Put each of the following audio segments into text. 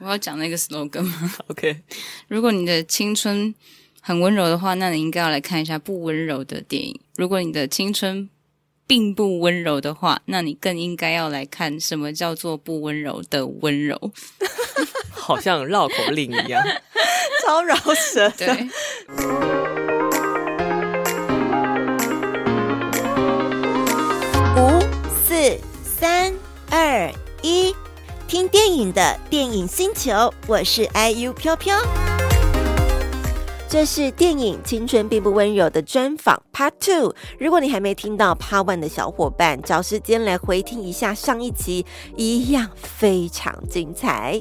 我要讲那个 slogan 吗？ OK，如果你的青春很温柔的话，那你应该要来看一下不温柔的电影；如果你的青春并不温柔的话，那你更应该要来看什么叫做不温柔的温柔。好像绕口令一样。 超饶舌的。对，五、四、三、二、一，听电影的电影星球，我是 IU 飘飘。这是电影《青春并不温柔》的专访 Part Two。如果你还没听到 Part One 的小伙伴，找时间来回听一下上一集，一样非常精彩。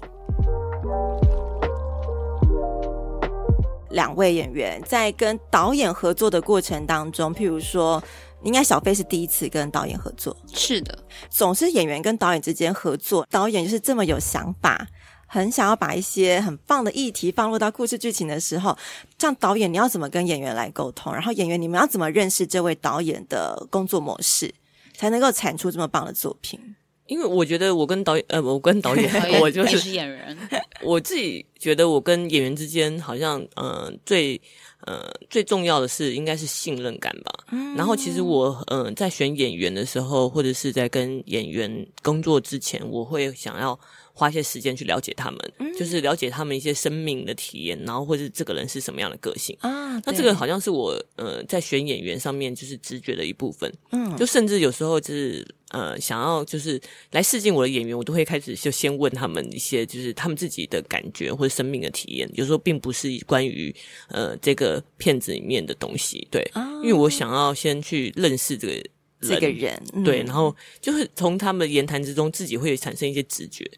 两位演员在跟导演合作的过程当中，譬如说，应该小飞是第一次跟导演合作，是的，总是演员跟导演之间合作，导演就是这么有想法，很想要把一些很棒的议题放入到故事剧情的时候，像导演你要怎么跟演员来沟通，然后演员你们要怎么认识这位导演的工作模式，才能够产出这么棒的作品？因为我觉得我跟导演，呃，我跟 导导演，演我就也是是演员，我自己觉得我跟演员之间好像，嗯、最。呃，最重要的是应该是信任感吧。然后其实我，嗯、在选演员的时候，或者是在跟演员工作之前，我会想要花一些时间去了解他们，就是了解他们一些生命的体验，然后或是这个人是什么样的个性。啊，那对这个好像是我呃在选演员上面就是直觉的一部分，嗯就甚至有时候就是呃想要就是来试镜我的演员，我都会开始就先问他们一些就是他们自己的感觉或者生命的体验，有时候并不是关于呃这个片子里面的东西，对，因为我想要先去认识这个人。哦这个人，嗯对，然后就是从他们的言谈之中，自己会产生一些直觉。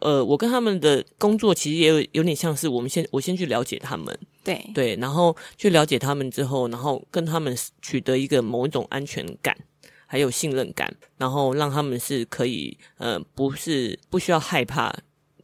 呃，我跟他们的工作其实也有有点像是我们先我先去了解他们，对对，然后去了解他们之后，然后跟他们取得一个某一种安全感，还有信任感，然后让他们是可以呃，不是不需要害怕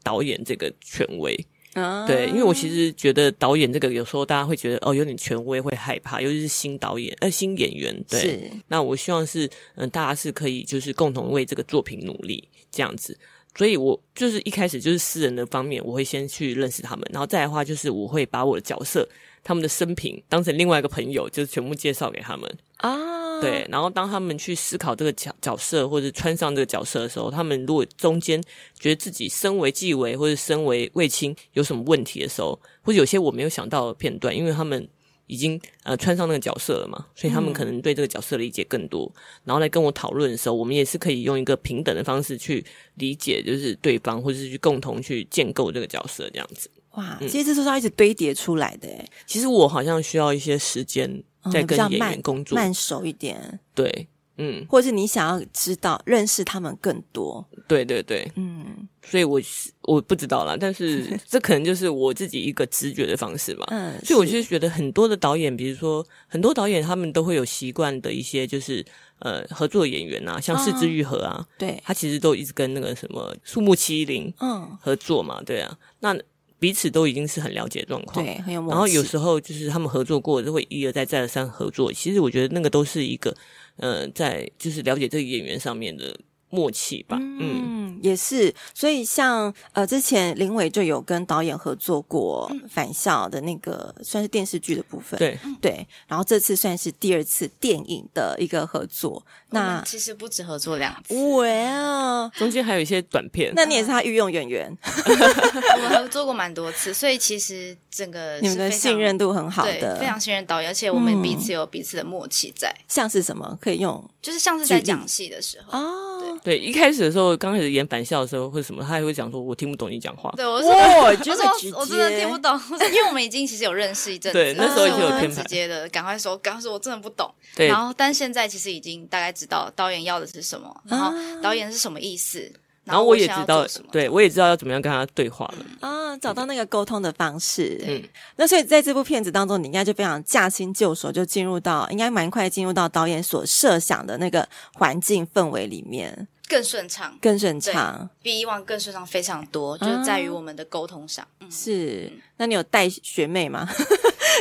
导演这个权威。啊对，因为我其实觉得导演这个有时候大家会觉得哦，有点权威会害怕，尤其是新导演呃新演员。对，是那我希望是嗯、呃大家是可以就是共同为这个作品努力这样子。所以我就是一开始就是私人的方面，我会先去认识他们，然后再来的话就是我会把我的角色、他们的生平当成另外一个朋友，就是全部介绍给他们。啊，对，然后当他们去思考这个角角色或者穿上这个角色的时候，他们如果中间觉得自己身为纪委或者身为卫青有什么问题的时候，或者有些我没有想到的片段，因为他们已经呃穿上那个角色了嘛，所以他嗯们可能对这个角色理解更多，然后来跟我讨论的时候，我们也是可以用一个平等的方式去理解，就是对方或者是去共同去建构这个角色这样子。哇，其实这都是要一直堆叠出来的，哎其实我好像需要一些时间嗯在比跟较演慢员工作，慢熟一点，对，嗯，或者是你想要知道认识他们更多，对对对。嗯所以我是我不知道啦，但 是这可能就是我自己一个直觉的方式吧。嗯，所以我是就是觉得很多的导演，比如说很多导演，他们都会有习惯的一些，就是呃合作演员啊，像啊四之愈合啊，对，他其实都一直跟那个什么树木七零嗯，合作嘛，对啊，那彼此都已经是很了解状况，对，很有默契。然后有时候就是他们合作过，就会一而再再而三合作。其实我觉得那个都是一个呃，在就是了解这个演员上面的默契吧，嗯嗯，也是，所以像呃，之前林伟就有跟导演合作过《返校》的那个算是电视剧的部分，嗯对。对，然后这次算是第二次电影的一个合作。哦那其实不止合作两次，哇，中间还有一些短片，那你也是他御用演员，我们合作过蛮多次，所以其实整个你们的信任度很好对，的，非常信任导演，而且我们彼此有彼此的默契在，像是什么可以用就是像是在讲戏的时候，哦，对，一开始的时候，刚开始演返校的时候或者什么，他还会讲说我听不懂你讲话。 对我是。哇，我这么直说我真的接听不懂， 我说因为我们已经其实有认识一阵子了，对那时候已经有所以我编就排直接的赶快说，赶快说我真的不懂。对然后但现在其实已经大概知道导演要的是什么，然后导演是什么意思，啊然后后我我也想知要道做什么，。对我也知道要怎么样跟他对话了。啊，找到那个沟通的方式。嗯那所以在这部片子当中，你应该就非常驾轻就熟，就进入到应该蛮快进入到导演所设想的那个环境氛围里面，更顺畅，更顺畅。比以往更顺畅非常多，啊就是在于我们的沟通上。嗯是，那你有带学 妹吗？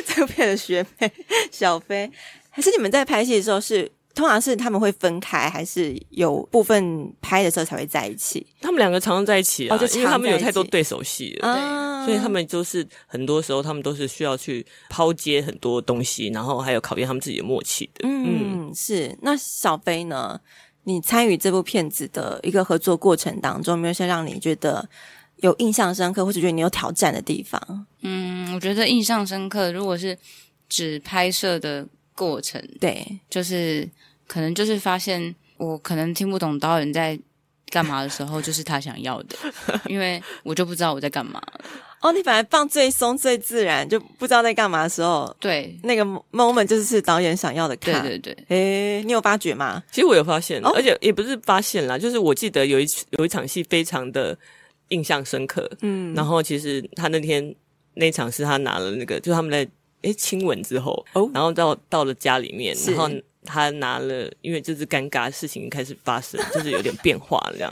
这部片的学妹小飞，还是你们在拍戏的时候是通常是他们会分开，还是有部分拍的时候才会在一起他们两个常常在一起啊，哦就因为他常们有在一太多起对手戏了。啊所以他们就是很多时候，他们都是需要去抛接很多东西，然后还有考验他们自己的默契的。嗯，是。那小飞呢？你参与这部片子的一个合作过程当中，有没有些让你觉得有印象深刻，或者觉得你有挑战的地方？嗯，我觉得印象深刻，如果是指拍摄的过程，对，就是可能就是发现我可能听不懂导演在干嘛的时候，就是他想要 的，因为我就不知道我在干嘛。哦，你反而放最松、最自然，就不知道在干嘛的时候，对，那个 moment 就是导演想要的对看。对对，诶，你有发觉吗？其实我有发现，哦而且也不是发现啦，就是我记得有一有一场戏非常的印象深刻。嗯，然后其实他那天那一场是他拿了那个，就是他们在诶亲吻之后，哦然后到到了家里面，是然后他拿了，因为就是尴尬的事情开始发生，就是有点变化了这样，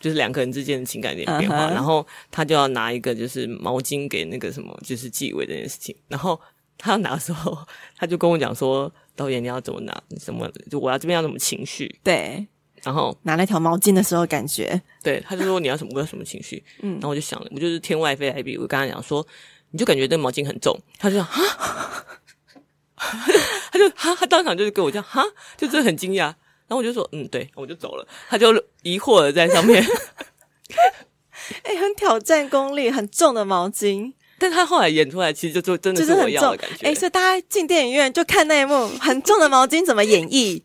就是两个人之间的情感有点变化嗯哼然后他就要拿一个就是毛巾给那个什么，就是纪委这件事情，然后。他要拿的时候，他就跟我讲说：“导演，你要怎么拿？什么？就我要这边要什么情绪？”对，然后拿那条毛巾的时候，感觉对，他就说你要什么歌什么情绪，嗯，然后我就想了，我就是天外飞来笔，我跟他讲说，你就感觉那毛巾很重，他就说哈， 他就哈，他当场就是跟我这样哈，就真的很惊讶，然后我就说嗯对，我就走了，他就疑惑的在上 面，哎，很挑战功力，很重的毛巾，但他后来演出来其实就就真的就是是我很要重的感。觉，哎，所以大家进电影院就看那一幕，很重的毛巾怎么演绎，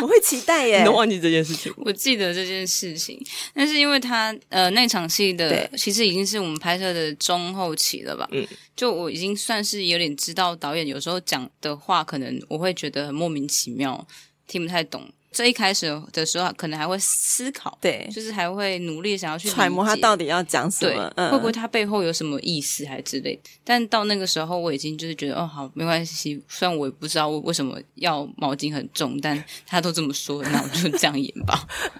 我会期待耶你能。忘记这件事情，我记得这件事情，但是因为他呃那场戏的对其实已经是我们拍摄的中后期了吧，嗯，就我已经算是有点知道导演有时候讲的话，可能我会觉得很莫名其妙，听不太懂。这一开始的时候，可能还会思考，对就是还会努力想要去理揣摩他解到底要讲什对么，，嗯，会不会他背后有什么意思还之类的？但到那个时候，我已经就是觉得哦，好，没关系。虽然我也不知道我为什么要毛巾很重，但他都这么说，那我就这样演 吧。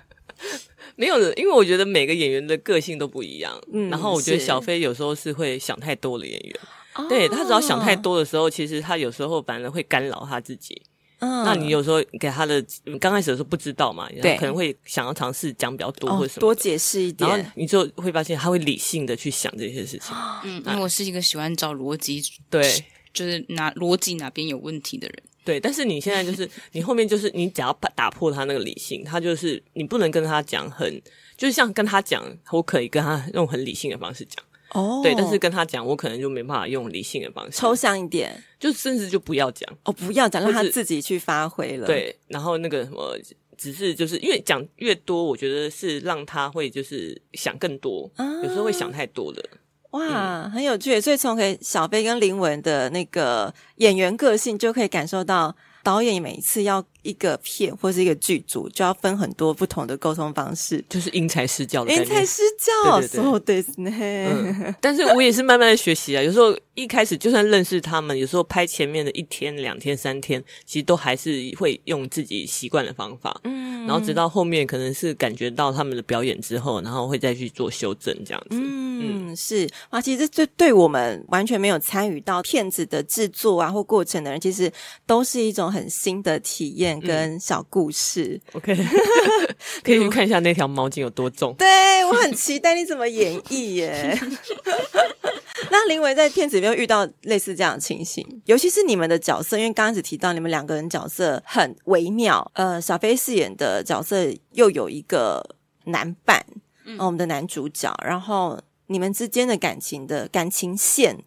没有的，因为我觉得每个演员的个性都不一样，嗯然后我觉得是小飞有时候是会想太多的演员，啊对他只要想太多的时候，其实他有时候反而会干扰他自己。嗯，那你有时候给他的嗯刚开始的时候不知道嘛，对然后可能会想要尝试讲比较多哦或什么的、多解释一然后点，你就会发现他会理性的去想这些事情。啊嗯，因为我是一个喜欢找逻辑，对就是哪逻辑哪边有问题的人。对，但是你现在就是 你后面就是你只要把打破他那个理性，他就是你不能跟他讲很，就是像跟他讲，我可以跟他用很理性的方式讲，哦，对，但是跟他讲我可能就没办法用理性的方式，抽象一点，就甚至就不要讲。哦，不要讲，让他或是自己去发挥了，，对，然后那个什么，只是就是因为讲越多，我觉得是让他会就是想更多，啊有时候会想太多的。哇，很有趣，所以从可以小贝跟林文的那个演员个性，就可以感受到。导演每一次要一个片或是一个剧组，就要分很多不同的沟通方式，就是因材施教的概因念。材施教，对对对そうですね。嗯， 但是我也是慢慢的学习啊。有时候一开始就算认识他们，有时候拍前面的一天、两天、三天，其实都还是会用自己习惯的方法。嗯，然后直到后面可能是感觉到他们的表演之后，然后会再去做修正这样子。嗯，是哇，其实这对我们完全没有参与到片子的制作啊或过程的人，其实都是一种很新的体验嗯跟小故事。 OK，可以去看一下那条毛巾有多重。对我很期待你怎么演绎耶。 那林维在片子里面遇到类似这样的情形，尤其是你们的角色，因为刚开始提到你们两个人角色很微妙，呃，小飞饰演的角色又有一个男伴，嗯、我们的男主角，然后你们之间的感情的感情线。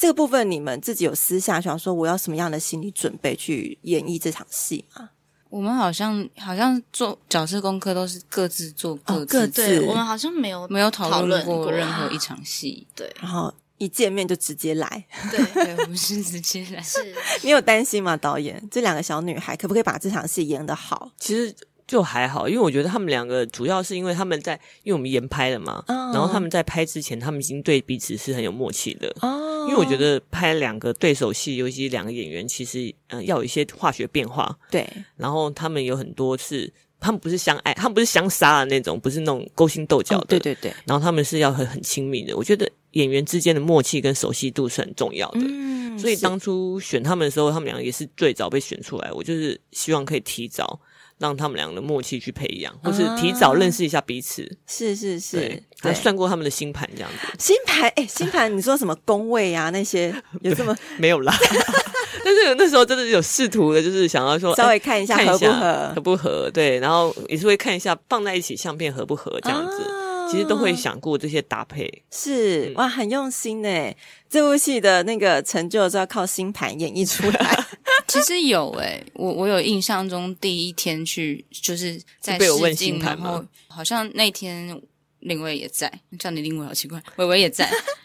这个部分你们自己有私下想说，我要什么样的心理准备去演绎这场戏吗？我们好像好像做角色功课都是各自做各哦自，各自对我们好像没有没有讨论过。任何一场戏对然后一见面就直接来，对 对，我们是直接来。是你有担心吗？导演，这两个小女孩可不可以把这场戏演得好？其实就还好，因为我觉得他们两个主要是因为他们在，因为我们研拍了嘛，嗯然后他们在拍之前，他们已经对彼此是很有默契的。哦因为我觉得拍两个对手戏，尤其两个演员，其实嗯、呃要有一些化学变化，对，然后他们有很多是。他们不是相爱，他们不是相杀的那种，不是那种勾心斗角的。哦对对对，然后他们是要很很亲密的。我觉得演员之间的默契跟熟悉度是很重要的。嗯嗯所以是当初选他们的时候，他们两个也是最早被选出来。我就是希望可以提早让他们两个的默契去培养，或是提早认识一下彼此。是是对是，，还对。算过他们的星盘这样子， 星盘哎，星盘，你说什么宫位啊那 些，有这么没有啦。 但是那时候真的有试图的，就是想要说稍哎微看一下看合一不下合合不合，对，然后也是会看一下放在一起相片合不合这样子。啊其实都会想过这些搭配，是嗯哇，很用心呢。这部戏的那个成就是要靠星盘演绎出 来， 其实有诶、我我有印象中第一天去就是在是被我问试镜星盘然吗后好像那天林伟也在，叫你林伟好奇怪，伟伟也在，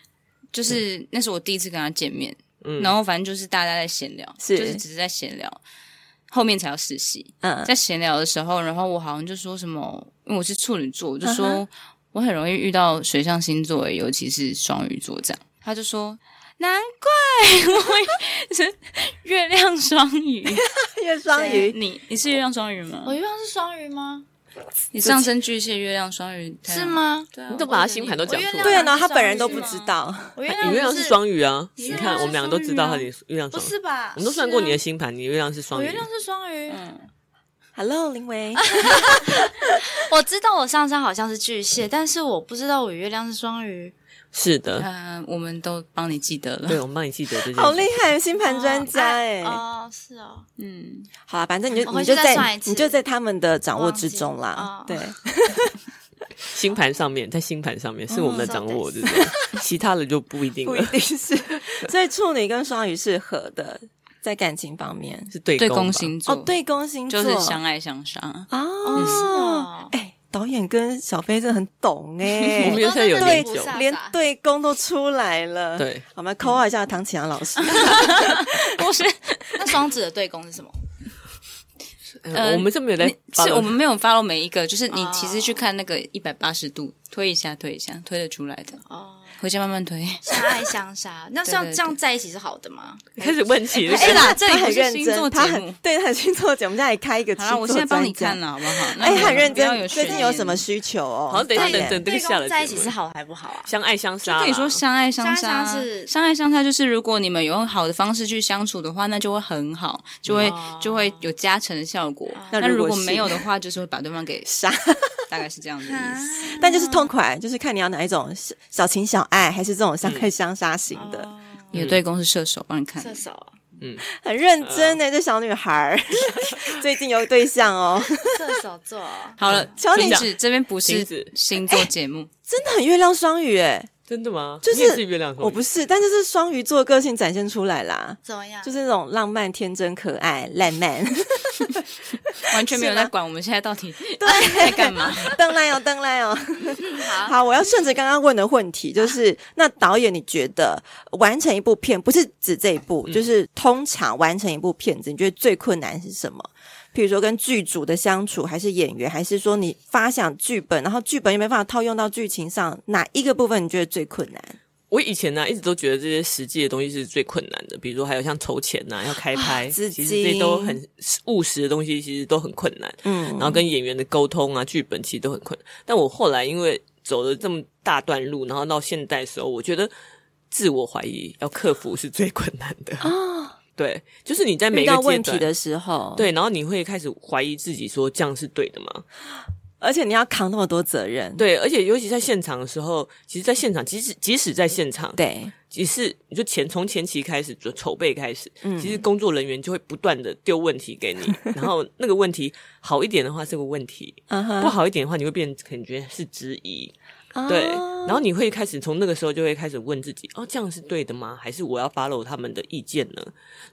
就是那是我第一次跟他见面，嗯然后反正就是大家在闲聊，是就是只是在闲聊，后面才要实习，嗯，在闲聊的时候，然后我好像就说什么，因为我是处女座，我就嗯说我很容易遇到水象星座，欸尤其是双鱼座这样。他就说难怪我是月亮双鱼，月双对鱼你你是月亮双鱼吗我？月亮是双鱼吗？你上升巨蟹，月亮双鱼太阳是？吗？对啊你怎么把他星盘都讲出我来？月对亮啊，然后他本人都是不吗知道，我月你亮月亮不是，双鱼啊！是你啊看，我们两个都知道他你月亮不双鱼，是吧？我们都算过你的星盘，你月亮是是啊，双我鱼月。亮是双鱼。嗯， Hello，林维，我知道我上升好像是巨蟹，但是我不知道我月亮是双鱼。是的，呃，我们都帮你记得 对，了。我们帮你记得这件事。 好厉害，星盘专家哎哎。哦，是哦，嗯，好啦，反正你就我回你去就再算在一次你就在他们的掌握忘记之中啦哦。对， 星盘上面，在星盘上面是我们的掌握，嗯对不对？其他的就不一定不一了，定是，所以处女跟双鱼是合的，在感情方面。 是对对宫吧宫星座哦，对，宫星座就是嗯相爱相 杀。哦，是哦哎，导演跟小飞真的很 懂我哎们，又现在有对点久，连对宫都出来了。，对，我们扣二一下唐启阳老师，嗯啊不是，那双子的对宫是什么？呃我们这没有在你是 follow 我们没有 follow 每一个，就是你哦其实去看那个一百八十度推一下推一下推得出来的，哦，回家慢慢推。哎相爱相杀。那像对对对这样在一起是好的吗？开始问起了哎。是啦这里 他很不是认星座真，他节很目对，他很星座节目，我们现在也开一个好星了，我座现在帮你看。专家了，好不好？那哎，你很认不要有真，悬最念近有什么？需求哦？好，等一下，导演等等，这个对下宫了在一起是结尾好还不好啊？相爱相杀就啦。跟你说相爱相杀相爱啊相是相爱相杀，就是如果你们有用好的方式去相处的话，那就会很好，就会哦就会有加成的效果。那但如如果果是没有的话，就是会把对方给傻， 大概是这样的意思。但就是痛快，就是看你要哪一种小小情小爱，还是这种相爱相杀型的，哦你的对公是射手，帮你看。射手，很认真欸呢。这小女孩儿最近有对象哦，射手座，好了，乔停你止，这边不停是止星座节目，真的很月亮双鱼哎，真的吗？就是你也是月亮双鱼，我不是，但是是双鱼座个性展现出来啦。怎么样？就是那种浪漫、天真、可爱、烂漫， 完全没有是吗在管我们现在到底对， 在干嘛。登来哦，登 来哦。好好，我要顺着刚刚问的问题，就是啊那导演，你觉得完成一部片，不是指这一嗯部，就是通常完成一部片子，你觉得最困难是什么？比如说跟剧组的相处，还是演员，还是说你发想剧本，然后剧本又没办法套用到剧情上，哪一个部分你觉得最困难？我以前呢、一直都觉得这些实际的东西是最困难的，比如说还有像筹钱呐、要啊开拍，资其金实这些都很务实的东西，其实都很困难。嗯然，后跟演员的沟通啊，剧本其实都很困难。但我后来因为走了这么大段路，然后到现代的时候，我觉得自我怀疑要克服是最困难的啊。对，就是你在每哦遇一个到阶问题段。的时候，，对，然后你会开始怀疑自己，说这样是对的吗？而且你要扛那么多责任，对，而且尤其在现场的时候，其实，在现场，即使即使在现场，对，只是你就前从前期开始就筹备开始，嗯其实工作人员就会不断的丢问题 给你，然后那个问题好一点的话是个问题，嗯哼不好一点的话你会变成感觉是质疑，对，哦啊然后你会开始从那个时候就会开始问自己，哦，这样是对的吗？还是我要 follow 他们的意见呢？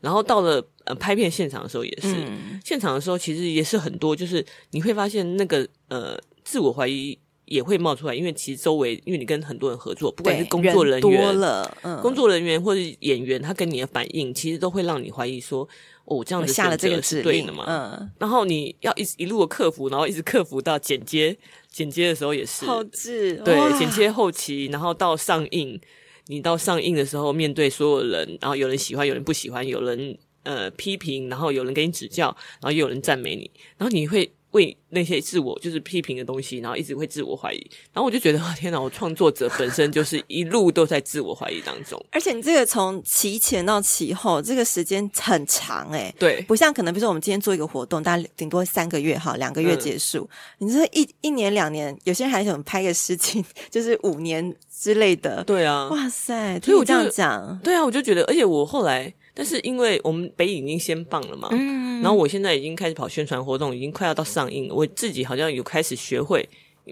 然后到了呃拍片现场的时候也是，嗯现场的时候其实也是很多，就是你会发现那个呃自我怀疑。也会冒出来，因为其实周围，因为你跟很多人合作，不管是对工作人员多了，嗯，工作人员或者演员，他跟你的反应，其实都会让你怀疑说，哦，我这样我子下了这个指是对令的嘛？嗯，然后你要一直一路的克服，然后一直克服到剪接，剪接的时候也是，后置对，哇。剪接后期，然后到上映，你到上映的时候，面对所有人，然后有人喜欢，有人不喜欢，有人呃批评，然后有人给你指教，然后也有人赞美你，然后你会。为那些自我就是批评的东西，然后一直会自我怀疑，然后我就觉得哦天哪，我创作者本身就是一路都在自我怀疑当中而且你这个从期前到期后，这个时间很长哎、对，不像可能，比如说我们今天做一个活动，大家顶多三个月哈，两个月嗯结束。你这一一年两年，有些人还想拍个事情，就是五年之类的。对啊，哇塞，所以我听你这样就讲，对啊，我就觉得，而且我后来，但是因为我们北影已经先放了嘛，嗯然后我现在已经开始跑宣传活动，已经快要到上映了，我自己好像有开始学会，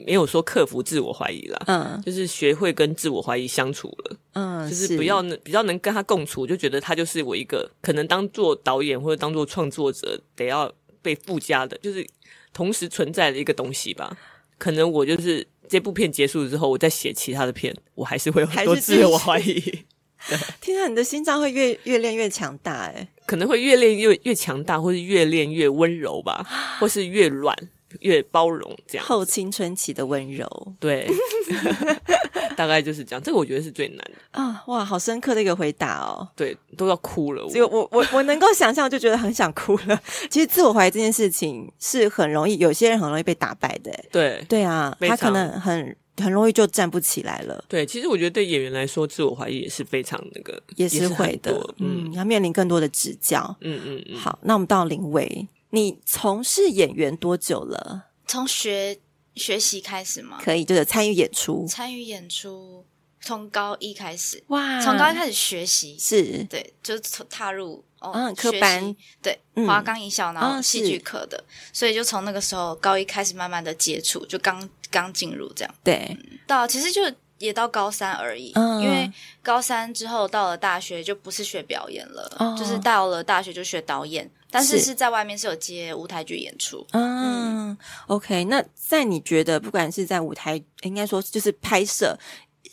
没有说克服自我怀疑啦。嗯就是学会跟自我怀疑相处了，嗯，就是不要能比较能跟他共处，我就觉得他就是我一个可能当做导演或者当做创作者得要被附加的，就是同时存在的一个东西吧。可能我就是这部片结束之后，我再写其他的片，我还是会有很多还是继续自我怀疑。听到你的心脏会越越练越强大哎、可能会越练越越强大，或是越练越温柔 吧，或是越软越包容这样。后青春期的温柔对， 大概就是这样。这个我觉得是最难的，啊，哇，好深刻的一个回答哦。对，都要哭了。这个我我我我能够想象，就觉得很想哭了。其实自我怀疑这件事情是很容易，有些人很容易被打败的欸。对对啊，非他可常能很很容易就站不起来了，对，其实我觉得对演员来说，自我怀疑也是非常那个，也是是会很的多。嗯嗯，要面临更多的指教。嗯嗯嗯，好，那我们到林伟，你从事演员多久了？从学学习开始嘛，可以就是参与演出。参与演出，从高一开始， 哇从高一开始学习，是对，就是从踏入哦、嗯科学习班，对嗯，华冈艺校，然啊是后戏剧课的，所以就从那个时候高一开始慢慢的接触，就刚刚进入这样，对，到其实就也到高三而已，嗯因为高三之后到了大学就不是学表演了，哦就是到了大学就学导演，但是是是在外面是有接舞台剧演出，嗯，OK。那在你觉得，不管是在舞台，应该说就是拍摄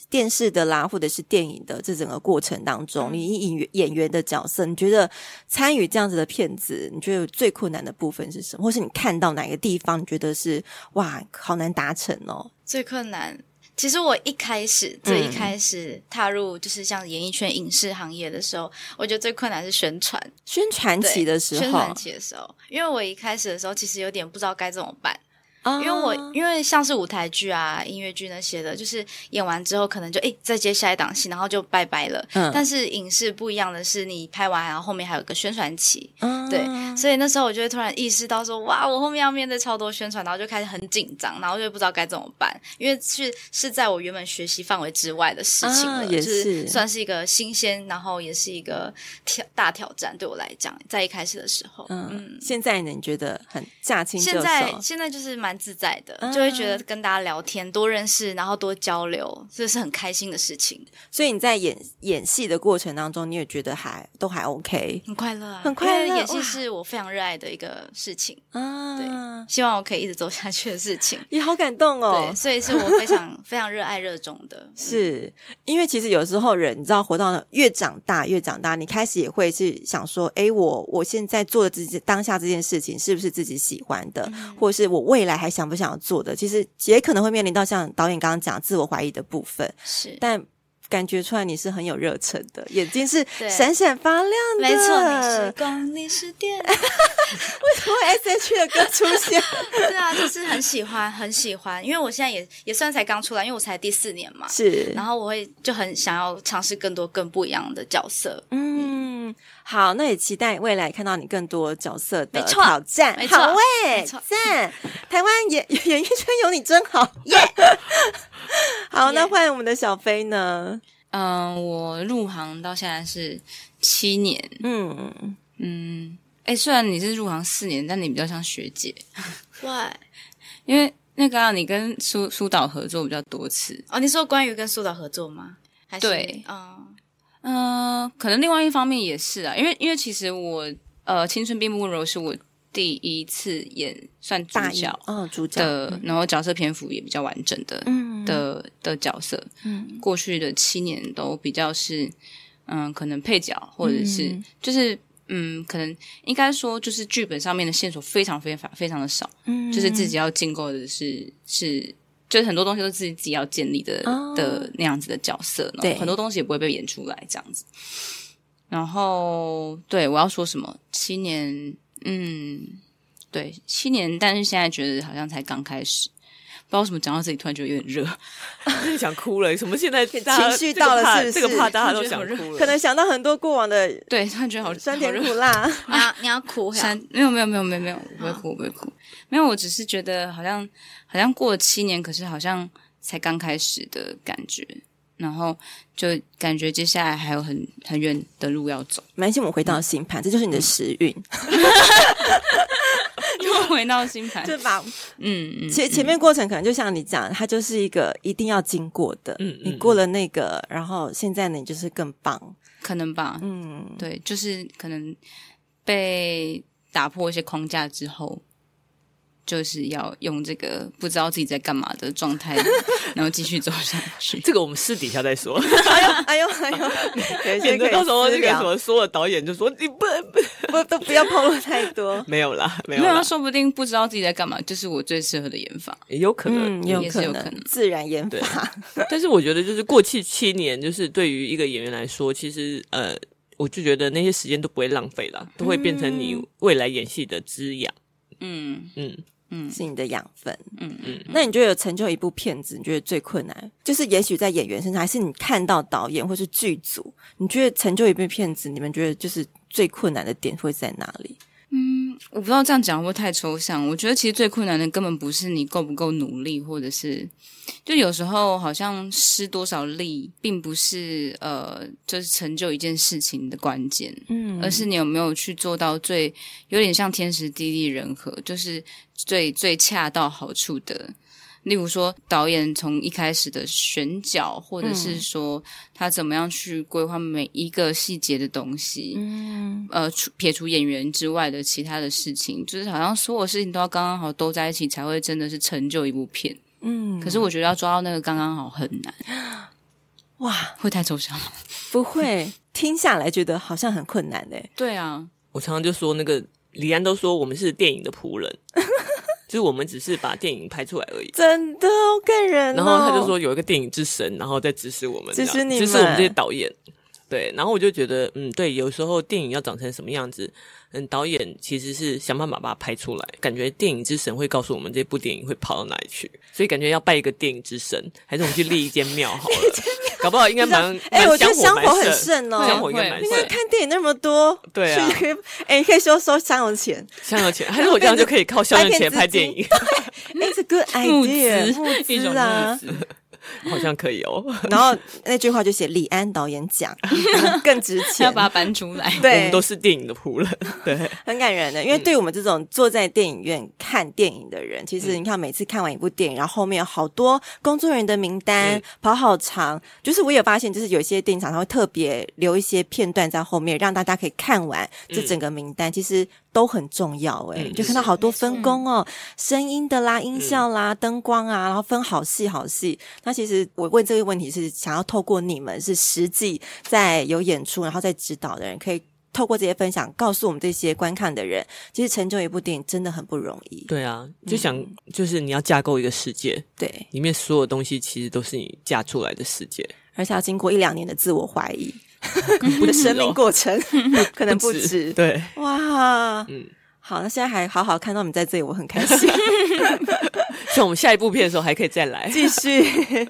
电视的啦，或者是电影的这整个过程当中，嗯你以演员演员的角色，你觉得参与这样子的片子，你觉得最困难的部分是什么？或是你看到哪个地方，你觉得是哇，好难达成哦？最困难。其实我一开始最嗯一开始踏入就是像演艺圈、影视行业的时候，我觉得最困难是宣传。宣传对期的时宣候，传期的时候，因为我一开始的时候其实有点不知道该怎么办，啊因为我因为像是舞台剧啊、音乐剧那些的，就是演完之后可能就诶再接下一档戏，然后就拜拜了。嗯但是影视不一样的是，你拍完然后后面还有个宣传期，嗯对，所以那时候我就会突然意识到说，哇，我后面要面对超多宣传，然后就开始很紧张，然后就不知道该怎么办，因为是是在我原本学习范围之外的事情啊了，也就是是算是一个新鲜，然后也是一个挑大挑战对我来讲，在一开始的时候，嗯，现在呢，你觉得很驾轻就熟？现在现在就是蛮自在的，嗯就会觉得跟大家聊天、多认识，然后多交流，这是很开心的事情，所以你在演演戏的过程当中，你也觉得还都还 OK 很快乐啊，很快乐因为演戏哇是我非常热爱的一个事情，啊？对希望我可以一直走下去的事情。也好感动哦对，。所以是我非常非常热爱热衷 的。是因为其实有时候人，你知道，活到越长大，越长大，你开始也会是想说，诶，我我现在做的这件当下这件事情，是不是自己喜欢的，嗯或者是我未来还想不想要做的？其实也可能会面临到像导演刚刚讲自我怀疑的部分，是，但感觉出来你是很有热忱的，眼睛是对闪闪发亮的。没错，你是光，你是电， 突然 S H 的歌出 现，对啊，就是很喜欢，很喜欢。因为我现在也也算才刚出来，因为我才第四年嘛，是然后我会就很想要尝试更多更不一样的角色。嗯，好，那也期待未来看到你更多角色的没错挑战。没错好喂、没错赞！台湾演 演艺圈有你真好，耶、 好，那耶换我们的小飞呢？嗯、我入行到现在是七年，嗯，嗯，哎，虽然你是入行四年，但你比较像学姐，哇，因为那个、啊、你跟苏苏导合作比较多次，哦，你说关于跟苏导合作吗？还是对，嗯，嗯、可能另外一方面也是啊，因为因为其实我呃，《青春并不温柔》是我第一次演算主大一角哦，主角的，然后角色篇幅也比较完整的，嗯的的角色，嗯，过去的七年都比较是，嗯，可能配角或者是、嗯就是，嗯，可能应该说就是剧本上面的线索非常非常非常的少，嗯就是自己要建构的是是。就是很多东西都自己自己要建立的、哦的那样子的角色，然对后很多东西也不会被演出来这样子。然后，对我要说什么？七年，嗯，对七年，但是现在觉得好像才刚开始。不知道为什么讲到这里突然觉得有点热，真的想哭了。什么现在 情大家绪这个到了怕是不这个是怕大家突都然想觉得好哭了，可能想到很多过往的对，突然觉得好酸好甜热苦辣。你要啊你要哭呀？三没有没有没有没有没有，我不会哭，我不会哭。没有，我只是觉得好像好像过了七年，可是好像才刚开始的感觉，然后就感觉接下来还有很很远的路要 走， 没关系，我们回到星盘，这就是你的时运，又回到星盘。就把嗯嗯，前前面过程可能就像你讲，它就是一个一定要经过的。嗯嗯你过了那个，然后现在呢，你就是更棒。可能吧。嗯，对，就是可能被打破一些框架之后。就是要用这个不知道自己在干嘛的状 态，然后继续走下去。这个我们私底下再说，哎呦哎呦 哎呦，有一些免得 可以到时候私那个什聊，么所有导演就说你不不。不都不要透露太多没有啦，没有没有，啊啦，说不定不知道自己在干嘛，就是我最适合的研发。也有 可能嗯，。有也是可有可能能自然研对发，但是我觉得，就是过去七年，就是对于一个演员来说，其实呃，我就觉得那些时间都不会浪费啦，都会变成你未来演戏的滋养。嗯嗯，嗯 是你的养分。嗯嗯，那你觉得有成就一部片子，你觉得最困难，就是也许在演员身上，还是你看到导演或是剧组，你觉得成就一部片子，你们觉得就是最困难的点会在哪里？我不知道这样讲会不会太抽象。我觉得其实最困难的根本不是你够不够努力，或者是就有时候好像施多少力，并不是呃，就是成就一件事情的关键。嗯而是你有没有去做到最有点像天时地利人和，就是最最恰到好处的。例如说，导演从一开始的选角，或者是说他怎么样去规划每一个细节的东西，嗯，呃，除撇除演员之外的其他的事情，就是好像所有事情都要刚刚好都在一起，才会真的是成就一部片。嗯，可是我觉得要抓到那个刚刚好很难，哇，会太抽象 吗？不会， 听下来觉得好像很困难哎、对啊，我常常就说，那个李安都说我们是电影的仆人，就是我们只是把电影拍出来而已。真的好感人、哦。然后他就说有一个电影之神，然后再指使我们这样，指使你们指使我们这些导演。对，然后我就觉得，嗯，对，有时候电影要长成什么样子，嗯，导演其实是想办法把它拍出来。感觉电影之神会告诉我们这部电影会跑到哪里去，所以感觉要拜一个电影之神，还是我们去立一间庙 好了，搞不好应该蛮哎、蛮我觉得香香火火很蛮盛，盛哦。香火应该蛮会因为盛，看电影那么多，对啊所以可以哎、你可以收收香油钱香油钱，还是我这样就可以靠香油钱拍电 影， ，It's a good idea， 募资一募种资啊募。资， 好像可以哦。然后那句话就写李安导演 奖，更值要钱，把它搬出来。我们对都，是电影的仆人， 对。很感人的。因为对我们这种坐在电影院看电影的人，其实你看每次看完一部电影，然后后面有好多工作人员的名单嗯，跑好长。就是我有发现，就是有一些电影厂商会特别留一些片段在后面，让大家可以看完这整个名单，其实都很重要。哎，嗯就看到好多分工哦，声音的啦、音效啦、灯光啊，然后分好细好细。那其实我问这个问题是想要透过你们是实际在有演出，然后在指导的人，可以透过这些分享，告诉我们这些观看的人，其实成就一部电影真的很不容易。对啊，就嗯想、就是你要架构一个世界，对，里面所有东西其实都是你架出来的世界，而且要经过一两年的自我怀疑，你的生命过程 可能不止。对， 哇，嗯好，那现在还好好看到你们在这里，我很开心。像我们下一部片的时候还可以再来。继续。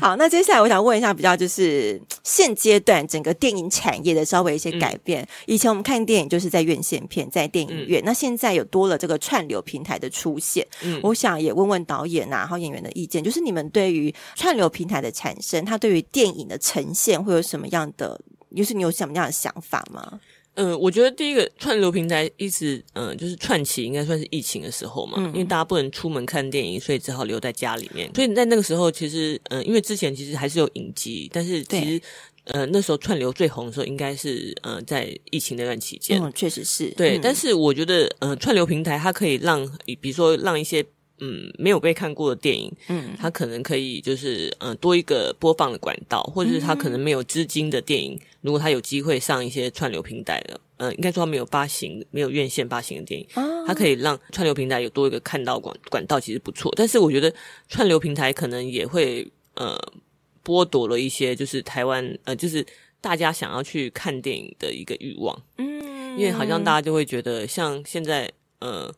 好，那接下来我想问一下，比较就是现阶段整个电影产业的稍微一些改变。以前我们看电影就是在院线片，在电影院，那现在有多了这个串流平台的出现。嗯我想也问问导演啊，然后演员的意见，就是你们对于串流平台的产生，它对于电影的呈现会有什么样的？就是你有什么样的想法吗？嗯、我觉得第一个串流平台一直嗯、呃就是串起，应该算是疫情的时候嗯嘛，因为大家不能出门看电影，所以只好留在家里面。所以在那个时候，其实嗯、呃因为之前其实还是有影集，但是其实呃那时候串流最红的时候，应该是呃在疫情那段期间。嗯，确实是。对，嗯但是我觉得，呃，串流平台它可以让，比如说让一些嗯没有被看过的电影，嗯它可能可以就是嗯、呃多一个播放的管道，或者是它可能没有资金的电影，如果它有机会上一些串流平台的，嗯、应该说它没有发行、没有院线发行的电影，啊，它可以让串流平台有多一个看到管管道，其实不错。但是我觉得串流平台可能也会呃剥夺了一些，就是台湾呃就是大家想要去看电影的一个欲望。嗯因为好像大家就会觉得，像现在呃，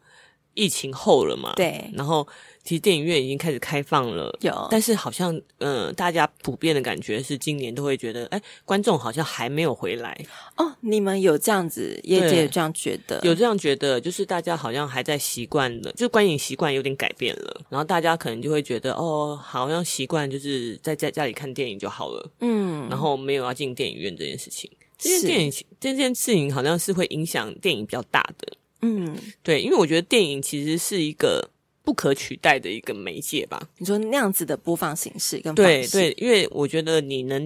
疫情后了嘛，对哦然后其实电影院已经开始开放了，有但是好像呃，大家普遍的感觉是今年都会觉得，哎，观众好像还没有回来，哦，你们有这样子，业对界有这样觉得，有这样觉得，就是大家好像还在习惯的，就是观影习惯有点改变了，然后大家可能就会觉得，哦，好像习惯就是在在家里看电影就好了，嗯，然后没有要进电影院这件事情。这是件电影这件事情好像是会影响电影比较大的，嗯，对，因为我觉得电影其实是一个不可取代的一个媒介吧。你说那样子的播放形式跟方对式，对，因为我觉得你能，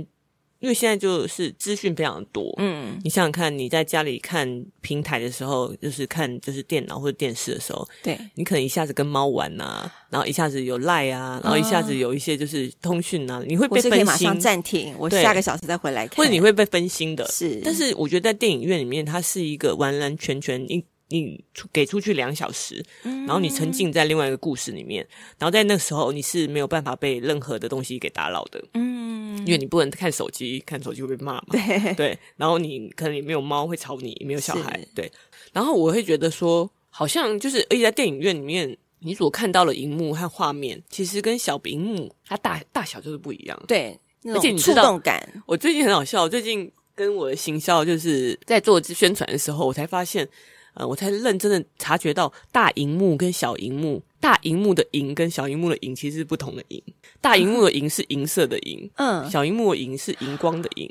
因为现在就是资讯非常多，嗯，你想想看，你在家里看平台的时候，就是看就是电脑或者电视的时候，对，你可能一下子跟猫玩呐、然后一下子有赖啊，然后一下子有一些就是通讯啊，你会我被是可以分马上心，暂停，我对下个小时再回来看，或者你会被分心的。是，但是我觉得在电影院里面，它是一个完完全全你你出给出去两小时，嗯然后你沉浸在另外一个故事里面，然后在那个时候你是没有办法被任何的东西给打扰的，嗯，因为你不能看手机，看手机会被骂嘛。 对对，然后你可能也没有猫会吵你，也没有小孩是，对。然后我会觉得说，好像就是，而且在电影院里面，你所看到的荧幕和画面，其实跟小荧幕它大大小就是不一样。对，那而且种你触知道动感，我最近很好笑，最近跟我的行销就是在做宣传的时候，我才发现，呃，我才认真的察觉到大荧幕跟小荧幕，大荧幕的荧跟小荧幕的荧其实是不同的荧，大荧幕的荧是银色的银，嗯，小荧幕的荧是荧光的荧。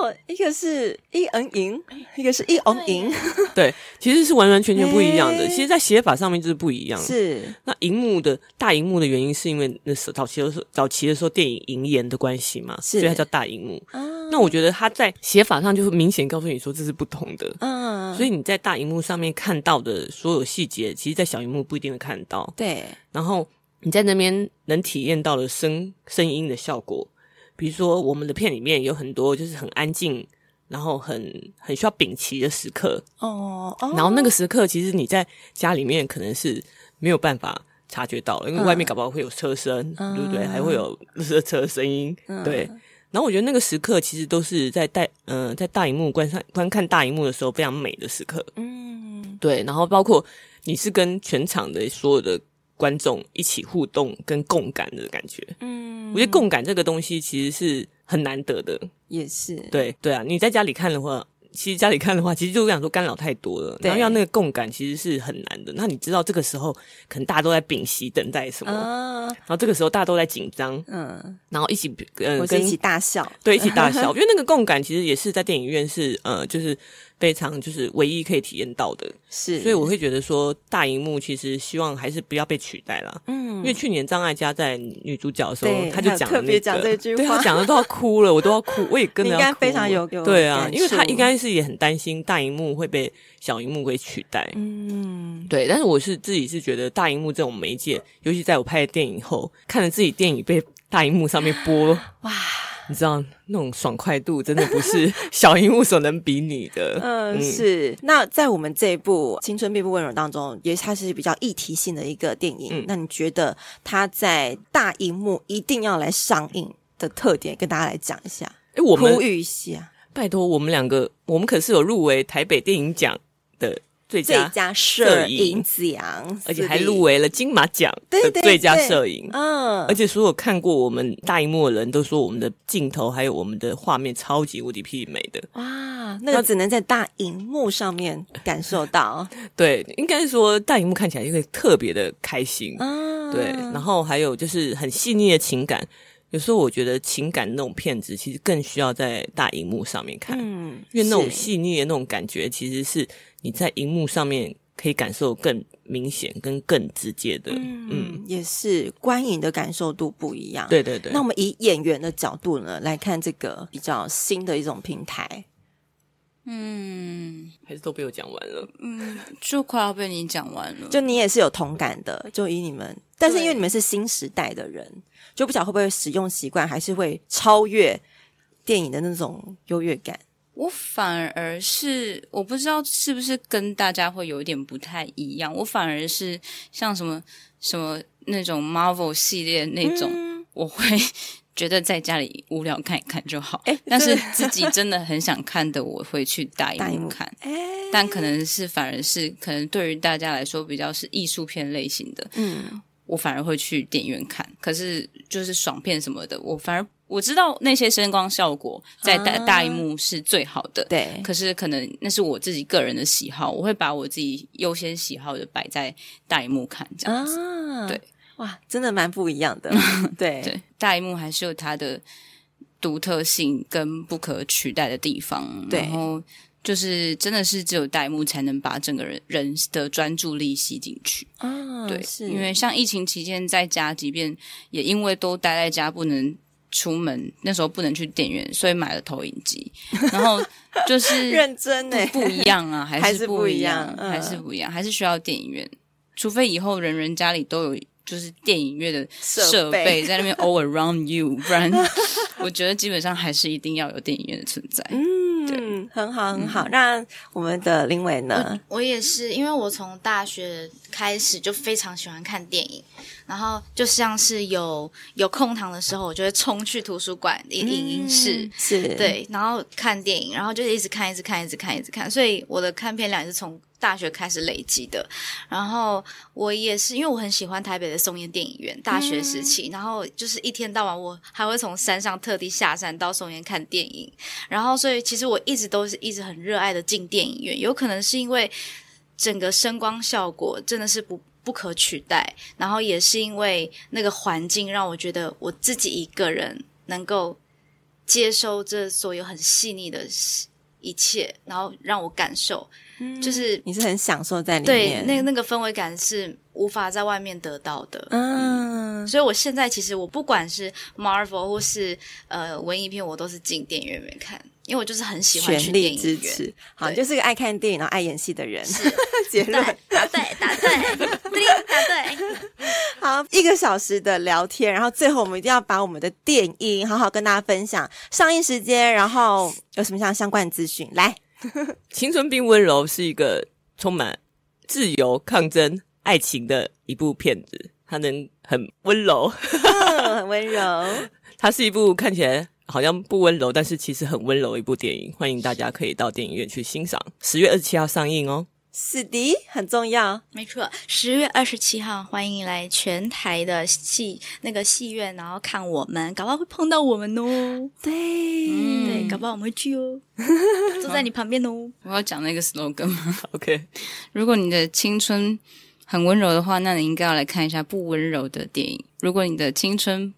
哦，一个是一嗯银，一个是一嗯银，对，其实是完完全全不一样的。诶其实，在写法上面就是不一样。哎是那荧幕的大荧幕的原因，是因为那时候早期的时候，早期的时候电影银盐的关系嘛，所是以它叫大荧幕。啊，那我觉得它在写法上就会明显告诉你说这是不同的。嗯，所以以你在大荧幕上面看到的所有细节，其实，在小荧幕不一定会看到。对，然后你在那边能体验到的声声音的效果，比如说我们的片里面有很多就是很安静，然后很很需要屏息的时刻，哦哦，然后那个时刻，其实你在家里面可能是没有办法察觉到了，因为外面搞不好会有车声，嗯对不对？还会有热车声音，嗯 对。然后我觉得那个时刻其实都是在带，嗯、在大荧幕观看观看大荧幕的时候非常美的时刻，嗯，对。然后包括你是跟全场的所有的观众一起互动跟共感的感觉，嗯，我觉得共感这个东西其实是很难得的，也是，对对啊，你在家里看的话，其实家里看的话，其实就是想说干扰太多了，对然后要那个共感其实是很难的。那你知道这个时候可能大家都在屏息等待什么，啊，然后这个时候大家都在紧张，嗯，然后一起呃我是跟一起大笑，对一起 大笑。我觉得那个共感其实也是在电影院是呃就是非常就是唯一可以体验到的，是，所以我会觉得说大荧幕其实希望还是不要被取代啦。嗯因为去年张艾嘉在女主角的时候对，她就讲她了有特那别个，讲这句话对她讲的都要哭了，我都要哭，我也跟着你要哭应该非常有有对啊感，触因为她应该是也很担心大荧幕会被小荧幕给取代，嗯，对。但是我是自己是觉得大荧幕这种媒介，尤其在我拍电影后，看着自己电影被大荧幕上面播，哇，你知道那种爽快度真的不是 小荧幕所能比拟的，嗯，是。那在我们这一部《青春并不温柔》当中，也它是比较议题性的一个电影。嗯那你觉得它在大荧幕一定要来上映的特点，跟大家来讲一下，哎，我们呼吁一下拜托我们两个，我们可是有入围台北电影奖的最最佳佳摄摄影影奖，而且还入围了金马奖对的对最佳摄影。嗯，而且所有看过我们大荧幕的人都说，我们的镜头还有我们的画面超级无敌媲美的。哇，那个只能在大荧幕上面感受到。 对，应该说大荧幕看起来就会特别的开心。嗯，对，然后还有就是很细腻的情感。有时候我觉得情感那种片子，其实更需要在大荧幕上面看，嗯，因为那种是细腻的那种感觉，其实是你在荧幕上面可以感受更明显、跟更直接的。嗯，嗯，也是观影的感受度不一样。对对对。那我们以演员的角度呢来看这个比较新的一种平台，嗯还是都被我讲完了。嗯，就快要被你讲完了。就你也是有同感的，就以你们，但是因为你们是新时代的人，就不晓得会不会使用习惯还是会超越电影的那种优越感。我反而是我不知道是不是跟大家会有一点不太一样，我反而是像什么什么那种 Marvel 系列那种，我会 觉得在家里无聊看一看就好。哎但是对自己真的很想看的，我会去大大荧荧幕幕看。哎、但可能是反而是可能对于大家来说比较是艺术片类型的，嗯，我反而会去电影院看。可是就是爽片什么的，我反而我知道那些声光效果在大、啊大荧幕是最好的。对，可是可能那是我自己个人的喜好，我会把我自己优先喜好的摆在大荧幕看这样子。啊，对，哇，真的蛮不一样 的，对，对，大荧幕还是有它的独特性跟不可取代的地方。嗯对然后就是真的是只有大荧幕才能把整个人人的专注力吸进去。啊，对，是因为像疫情期间在家，即便也因为都待在家不能。出门那时候不能去电影院，所以买了投影机，然后就是 认真呢、欸 不不一样 啊，还还是是不不一一样样，嗯还是不一样，还是需要电影院。除非以后人人家里都有就是电影院的设设备在那边 all around you，不 然我觉得基本上还是一定要有电影院的存在。嗯，很好，很好。那我们的林伟呢？我也是，因为我从大学开始就非常喜欢看电影，然后就像是有有空堂的时候，我就会冲去图书馆、影影音室。嗯是，，对，然后看电影，然后就是一直看，一直看，一直看，一直看，所以我的看片量也是从大学开始累积的。然后我也是，因为我很喜欢台北的松烟电影院，大学时期，然后就是一天到晚，我还会从山上特地下山到松烟看电影。然后，所以其实我一直都是一直很热爱的进电影院，有可能是因为整个声光效果真的是不。不可取代，然后也是因为那个环境让我觉得我自己一个人能够接收这所有很细腻的一切，然后让我感受，嗯就是你是很享受在里对面，那那个氛围感是无法在外面得到的。嗯，所以我现在其实我不管是 Marvel 或是呃文艺片，我都是进电影院里面看，因为我就是很喜欢去全电力影支院。 持。好，对你就是个爱看电影然后爱演戏的人。 结论答对，答对，叮答对。好，一个小时的聊天，然后最后我们一定要把我们的电影好好跟大家分享上映时间，然后有什么相相关的资讯来。青春并温柔》是一个充满自由、抗争、爱情的一部片子，它能很温柔。 嗯，很温柔，它是一部看起来好像不温柔，但是其实很温柔的一部电影，欢迎大家可以到电影院去欣赏。十月二十七号上映哦。是的，很重要。没错，十月二十七号，欢迎来全台的戏那个戏院，然后看我们，搞不好会碰到我们哦。对，对，搞不好我们会去哦，坐在你旁边哦。我要讲那个 slogan 吗？ OK，如果你的青春很温柔的话，那你应该要来看一下不温柔的电影。如果你的青春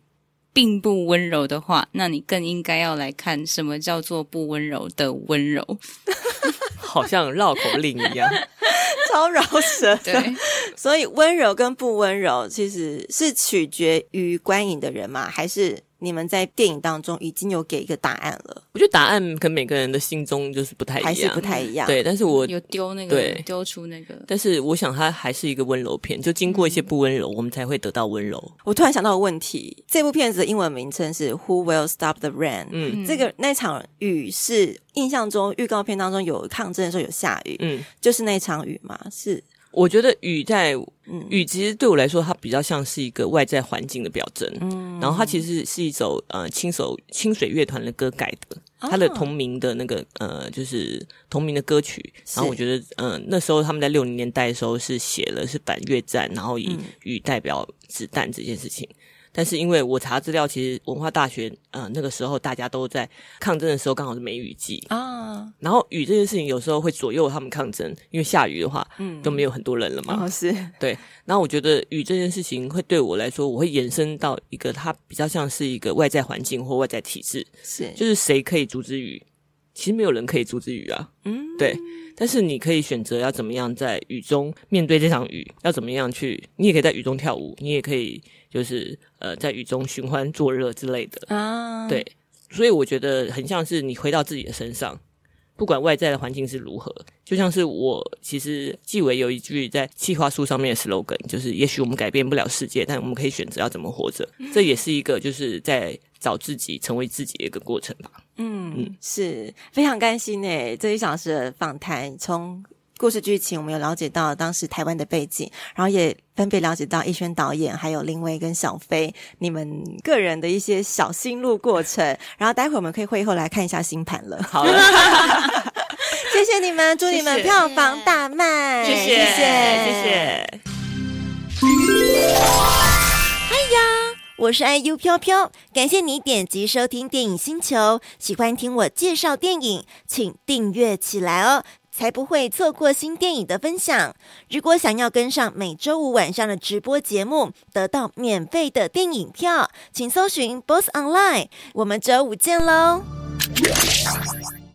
并不温柔的话，那你更应该要来看什么叫做不温柔的温柔。好像绕口令一 样。 超饶舌的。对，所以温柔跟不温柔，其实是取决于观影的人吗？还是你们在电影当中已经有给一个答案了，我觉得答案跟每个人的心中就是不太一样，还是不太一样？，对。但是 我有丢那个对，丢出那个。但是我想它还是一个温柔片，就经过嗯一些不温柔，我们才会得到温柔。我突然想到个问题，这部片子的英文名称是《Who Will Stop the Rain》。嗯这个那场雨是印象中预告片当中有抗争的时候有下雨，嗯，就是那场雨嘛，是我觉得雨在嗯雨其实对我来说，它比较像是一个外在环境的表征。嗯然后它其实是一首呃清手清水乐团的歌改的，啊它的同名的那个呃就是同名的歌曲。然后我觉得，嗯、那时候他们在六零年代的时候是写了是反越战，然后嗯以雨代表子弹这件事情。但是因为我查资料，其实文化大学，呃，那个时候大家都在抗争的时候，刚好是梅雨季，啊，然后雨这件事情有时候会左右他们抗争，因为下雨的话，嗯嗯，就没有很多人了嘛，然后哦是对，然后我觉得雨这件事情会对我来说，我会延伸到一个它比较像是一个外在环境或外在体制，是就是谁可以阻止雨？其实没有人可以阻止雨啊，嗯对。但是你可以选择要怎么样在雨中面对这场雨，要怎么样去，你也可以在雨中跳舞，你也可以就是呃在雨中寻欢作乐之类的。啊，对，所以我觉得很像是你回到自己的身上，不管外在的环境是如何，就像是我其实纪委有一句在计划书上面的 slogan，就是也许我们改变不了世界，但我们可以选择要怎么活着。 这也是一个就是在找自己、成为自己的一个过程吧。嗯嗯，是非常开心诶，这一小时的访谈从。故事剧情，我们有了解到当时台湾的背景，然后也分别了解到逸轩导演还有林威跟小飞你们个人的一些小心路过程。然后待会我们可以会后来看一下星盘了。好了， 谢谢你们，祝你们谢谢票房大卖，谢谢，谢谢。我是 IU 飘飘，感谢你点击收听电影星球。喜欢听我介绍电影，请订阅起来哦，才不会错过新电影的分享。如果想要跟上每周五晚上的直播节目，得到免费的电影票，请搜寻 Boss Online。我们周五见喽！